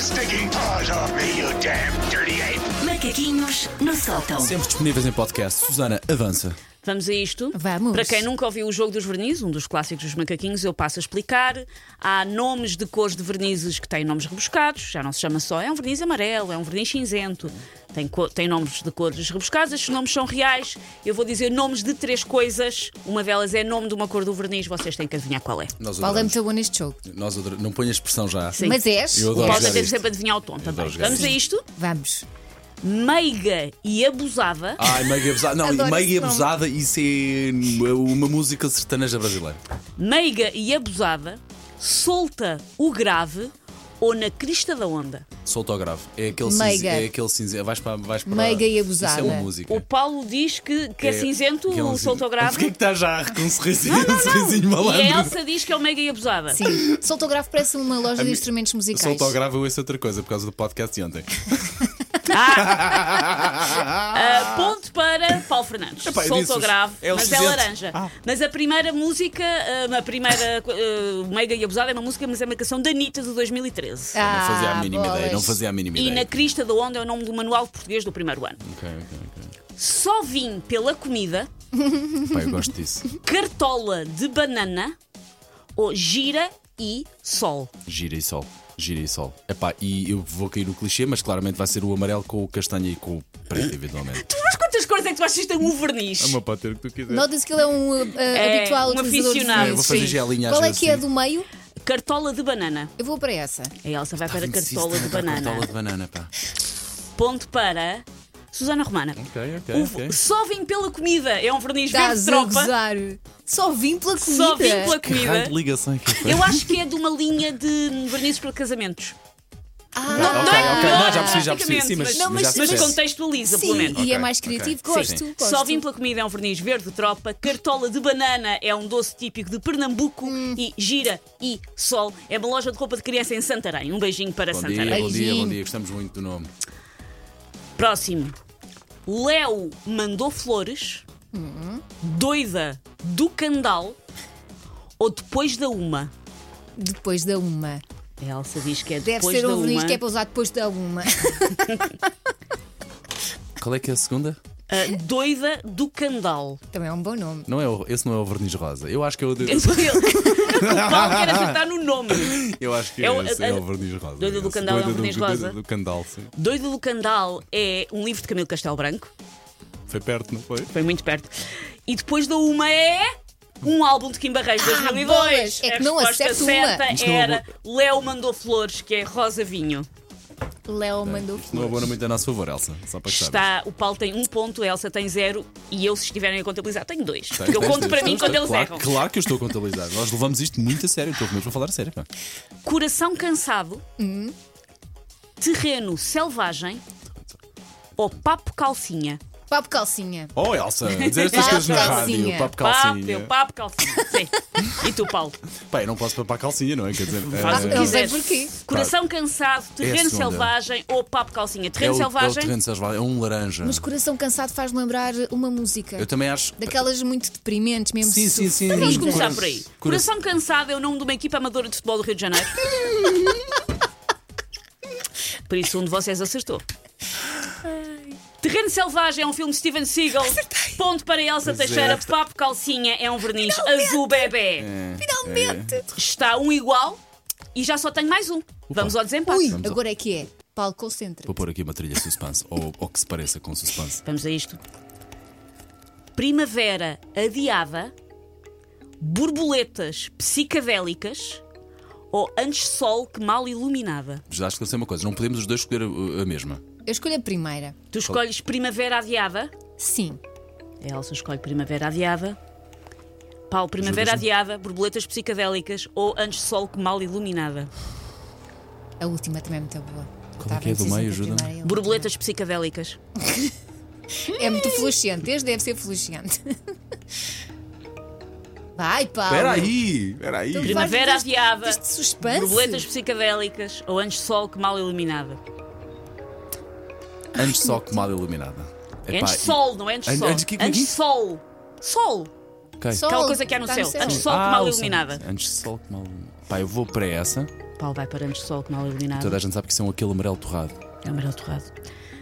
stinking paws off me, you damn dirty ape! Macaquinhos no sótão. Sempre disponíveis em podcast. Susana, avança. Vamos a isto? Vamos. Para quem nunca ouviu o jogo dos vernizes, um dos clássicos dos macaquinhos, eu passo a explicar. Há nomes de cores de vernizes que têm nomes rebuscados, já não se chama só. É um verniz amarelo, é um verniz cinzento. Tem, co- tem nomes de cores rebuscadas, estes nomes são reais. Eu vou dizer nomes de três coisas. Uma delas é nome de uma cor do verniz, vocês têm que adivinhar qual é. Nós Paulo é adoramos. muito bom neste jogo. Nós adoramos. Não ponha expressão já. Sim. Mas és? Eu adoro Pode jogar até isto. sempre adivinhar o tom também. adoro jogar Vamos a isto? Vamos. Meiga e abusada. Ai, Meiga Abusada. Não, Adoro Meiga esse nome. Abusada, isso é uma música sertaneja brasileira. Meiga e abusada, solta o grave ou na crista da onda. Solta ao grave. É aquele cinza. Meiga. É aquele cinza. Vais para, vais para... Meiga e Isso Abusada. é uma música. O Paulo diz que, que é, cinzento que é um o cinza. solta o grave. Porquê que estás já com um sorrisinho, Não, não, um não. sorrisinho malandro? E a Elsa diz que é o meiga e abusada. Sim. Soltografo parece uma loja de mi- instrumentos musicais. Solta ao grave eu ouço outra coisa por causa do podcast de ontem. Ah, ponto para Paulo Fernandes. Epá, eu solta disse- o grave, é o mas é cinzento. laranja. Mas a primeira música, ah, a primeira ah, meiga e abusada é uma música, mas é uma canção da Anitta de 2013. Ah, não fazia a mínima bolas. ideia. Não fazia a mínima E ideia. na crista da onda é o nome do manual de português do primeiro ano. Ok, ok, ok. Só vim pela comida. Pá, eu gosto disso. cartola de banana ou gira e sol. Gira e sol. Gira e sol. Epá, e eu vou cair no clichê, mas claramente vai ser o amarelo com o castanho e com o preto, eventualmente. Tu mas quantas cores é que tu achas que tem um verniz? É uma pode ter o que tu quiseres. Não disse que ele é um uh, É, habitual um utilizador de aficionado. vírus. É, eu vou fazer Sim. gelinho às Qual é vezes, que é sim. do meio? Cartola de banana. Eu vou para essa. A Elsa vai para Sim, sim, cartola de está com banana. Tá Cartola de banana, pá. Ponto para Susana Romana. Ok, ok, O- ok. Só vim pela comida. É um verniz verde Estás a tropa. gozar. Só vim pela comida. Só vim pela Que raio de comida. ligação é que foi? Eu acho que é de uma linha de vernizes para casamentos. Ah, Ok, ok. Não, já percebi, já percebi. Praticamente, Sim, mas, Não, mas já mas- Mas percebi. contextualiza, pelo Sim, menos. e Ok, é mais ok. criativo. Sim. Gosto, Sim. gosto. Só vim pela comida é um verniz verde tropa, cartola de banana é um doce típico de Pernambuco Hum. e gira e sol é uma loja de roupa de criança em Santarém. Um beijinho para Bom Santarém. dia, bom dia, bom Beijinho. dia. Gostamos muito do nome. Próximo. Léo mandou flores, doida do candal ou depois da uma. Depois da uma. A Elsa diz que é Deve depois ser da um verniz uma. que é para usar depois da uma. Qual é que é a segunda? Ah, doida do candal. Também é um bom nome. Não é o, esse não é o verniz rosa. Eu acho que é o. de- Eu- o Paulo quer acertar no nome. Eu acho que É o- esse a- é o verniz rosa. Doida do Esse. Candal é um Doida do- verniz doida rosa. do Candal, sim. Doida do Candal é um livro de Camilo Castelo Branco. Foi perto, não foi? Foi muito perto. E depois da uma é. Um álbum de Kim Barreiros de 2002. bolas! É A que não resposta acerto uma. certa Isto não é era Léo Mandou Flores, que é Rosa Vinho. Léo mandou Não flores. abona muito a nosso favor, Elsa. Só para que saibas. Está, o Paulo tem um ponto, a Elsa tem zero e eu, se estiverem a contabilizar, tenho dois. Tem, Porque eu tem, conto tem, para tem, mim tem. quando eles claro, erram. Claro que eu estou a contabilizar. Nós levamos isto muito a sério. Estou mesmo a falar a sério. pá. Coração cansado, terreno selvagem ou papo calcinha. Papo calcinha. Oh, Elsa, dizer estas Papo coisas na rádio. calcinha. Papo Papo, calcinha. eu, papo calcinha. Sim. E tu, Paulo? Pá, eu não posso papar calcinha, não é? Quer dizer, Faz o é- que Não sei quiseres. porquê. Coração cansado, É a terreno segunda. selvagem ou papo calcinha. é Terreno o, é o selvagem. terreno selvagem. É um laranja. Mas coração cansado faz-me lembrar uma é? música. Eu também acho. Daquelas muito deprimentes, mesmo "Então Sim, sim, sim. sofridas. Vamos Sim. começar Coração- por aí. coração- Coração Cansado é o nome de uma equipa amadora de futebol do Rio de Janeiro. por isso, um de vocês acertou. Terreno Selvagem é um filme de Steven Seagal. Ponto para Elsa Pois é, Teixeira. esta- Papo Calcinha é um verniz azul bebê. É. Finalmente! Está um igual e já só tenho mais um. Vamos ao desempate. Ui, Vamos ao- agora é que é. Paulo, concentra. Vou pôr aqui uma trilha suspense. ou, ou que se pareça com suspense. Vamos a isto. Primavera adiada, borboletas psicadélicas ou antes sol que mal iluminada? Já esclareceu uma coisa. Não podemos os dois escolher a, a mesma. Eu escolho a primeira. Tu escolhes primavera adiada? Sim. É, A Elsa escolhe primavera adiada. Paulo, primavera Judas, adiada, borboletas psicadélicas ou antes sol que mal iluminada? A última também é muito boa. Qual é que é do meio, ajuda-me? Borboletas psicadélicas. É muito fluorescente. Este deve ser fluorescente. Vai, Paulo. Ah, Espera aí, espera aí. Então Tu fazes Primavera deste- adiada, deste suspense? borboletas psicadélicas ou antes sol que mal iluminada? Antes só que mal iluminada. É Epá, antes sol, não é antes Antes- sol. antes que- que- Antes que- sol. Sol. ok. Sol. Aquela coisa que há no Está céu. no céu. Antes sol que Ah, mal o sol. iluminada. Antes sol que mal iluminada. Pá, eu vou para essa. Paulo vai para antes do sol que mal iluminado. Toda a gente sabe que são aquele amarelo torrado. É amarelo torrado.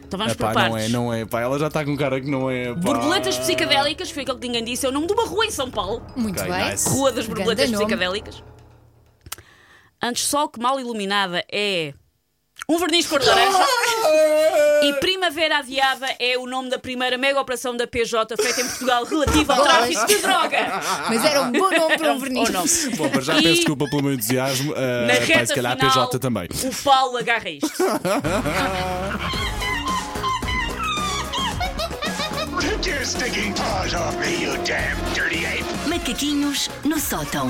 Então vamos Epá, por partes. não é, não é. Pá, ela já está com cara que não é. Pá. Borboletas psicadélicas, foi aquilo que ninguém disse, é o nome de uma rua em São Paulo. Muito Ok, bem. nice. Rua das Ganda Borboletas nome. Psicadélicas. Antes sol que mal iluminada é um verniz cor de laranja. E Primavera Adiada é o nome da primeira mega operação da PJ feita em Portugal relativa ao tráfico de droga. Mas era um bom nome para um verniz. Ou não. Bom, mas já E- peço desculpa pelo meu entusiasmo. Uh, Na pá, reta se calhar a final, PJ também. O Paulo agarra isto. Take your stinking paws off me, you damn dirty ape! Macaquinhos no sótão.